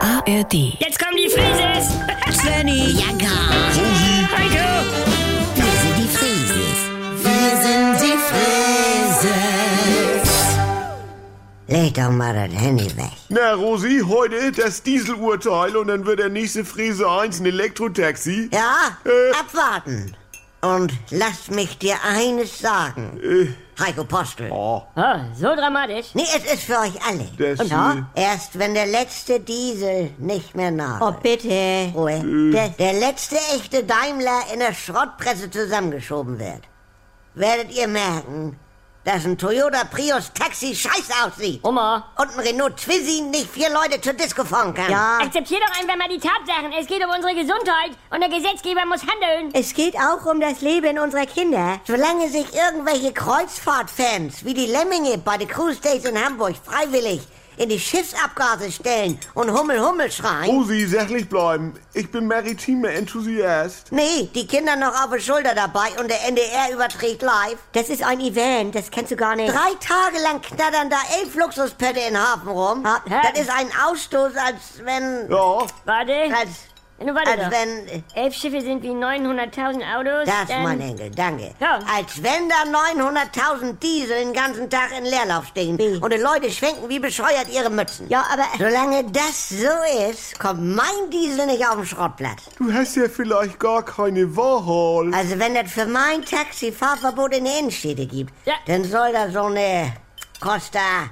ARD. Jetzt kommen die Frises! Benny. Ja, gar. Heiko! Wir sind die Frieses. Wir sind die Frieses. Leg doch mal das Handy weg. Na, Rosi, heute das Dieselurteil und dann wird der nächste Fräse 1 ein Elektrotaxi. Ja? Äh. Abwarten. Und lass mich dir eines sagen. Äh. Heiko Postel. Oh, Oh, so dramatisch. Nee, es ist für euch alle. das, äh. ja? Erst wenn der letzte Diesel nicht mehr nach. Oh, bitte. Ruhe. Äh. Der, der letzte echte Daimler in der Schrottpresse zusammengeschoben wird, werdet ihr merken, dass ein Toyota Prius Taxi scheiße aussieht. Oma, Und ein Renault Twizy nicht vier Leute zur Disco fahren kann. Ja. akzeptier doch einfach mal die Tatsachen. Es geht um unsere Gesundheit und der Gesetzgeber muss handeln. Es geht auch um das Leben unserer Kinder. Solange sich irgendwelche Kreuzfahrtfans wie die Lemminge bei den Cruise Days in Hamburg freiwillig in die Schiffsabgase stellen und Hummel Hummel schreien, Oh. Rosi, sachlich bleiben. Ich bin maritimer Enthusiast. Nee, die Kinder noch auf der Schulter dabei und der NDR überträgt live. Das ist ein Event, das kennst du gar nicht. Drei Tage lang knattern da elf Luxuspette in den Hafen rum. Das ist ein Ausstoß, als wenn... Ja, Warte. Als, Nur warte als doch. wenn... Elf Schiffe sind wie 900.000 Autos. Das, dann- mein Engel, danke. Ja. Als wenn da 900.000 Diesel den ganzen Tag in Leerlauf stehen und die Leute schwenken wie bescheuert ihre Mützen. Ja, aber... Solange das so ist, kommt mein Diesel nicht auf den Schrottplatz. du hast ja vielleicht gar keine Wahl. Also wenn das für mein Taxi Fahrverbot in der Innenstädte gibt, Ja. dann soll da so eine Costa,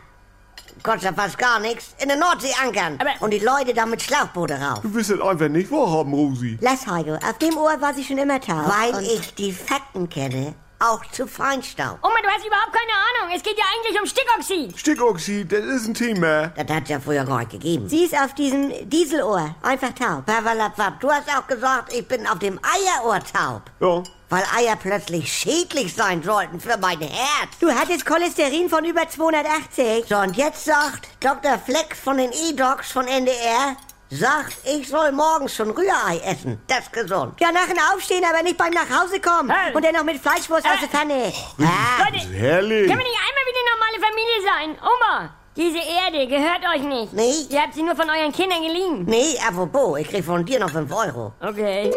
Costa fast gar nichts, in der Nordsee ankern Aber- und die Leute da mit Schlauchboote rauf. Du wirst das einfach nicht wahrhaben, Rosi. Lass, Heiko, auf dem Ohr war sie schon immer taub. Weil ich die Fakten kenne, auch zu Feinstaub. Oma, du hast überhaupt keine Ahnung. Es geht ja eigentlich um Stickoxid. Stickoxid, das ist ein Thema. Das hat's ja früher gar nicht gegeben. Sie ist auf diesem Dieselohr einfach taub. Pavalapap, du hast auch gesagt, ich bin auf dem Eierohr taub. Ja. Weil Eier plötzlich schädlich sein sollten für mein Herz. Du hattest Cholesterin von über 280. So, und jetzt sagt Dr. Fleck von den E-Docs von NDR, sagt, ich soll morgens schon Rührei essen. Das ist gesund. Ja, nach dem Aufstehen, aber nicht beim Nachhausekommen. Hey. Und dann noch mit Fleischwurst aus der Pfanne. Ah, Leute, Das ist herrlich. können wir nicht einmal wie eine normale Familie sein? Oma, diese Erde gehört euch nicht. Nee. Ihr habt sie nur von euren Kindern geliehen. Nee, apropos, ich krieg von dir noch 5 Euro. Okay.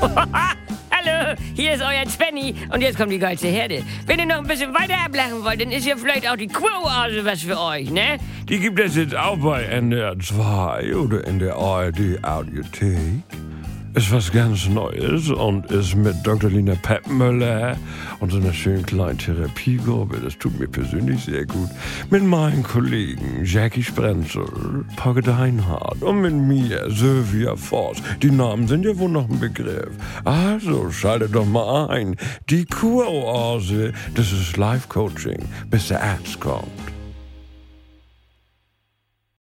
Hallo, hier ist euer Svenny und jetzt kommt die geilste Herde. Wenn ihr noch ein bisschen weiter ablachen wollt, dann ist hier vielleicht auch die Quo-Oase was für euch, ne? Die gibt es jetzt auch bei NDR 2 oder in der ARD Audiothek. Ist was ganz Neues und ist mit Dr. Lina Peppmüller und so einer schönen kleinen Therapiegruppe, das tut mir persönlich sehr gut, mit meinen Kollegen Jackie Sprenzel, Pogge Deinhardt und mit mir Sylvia Voss. Die Namen sind ja wohl noch ein Begriff. Also schaltet doch mal ein. Die Kuroase, das ist Life-Coaching, bis der Arzt kommt.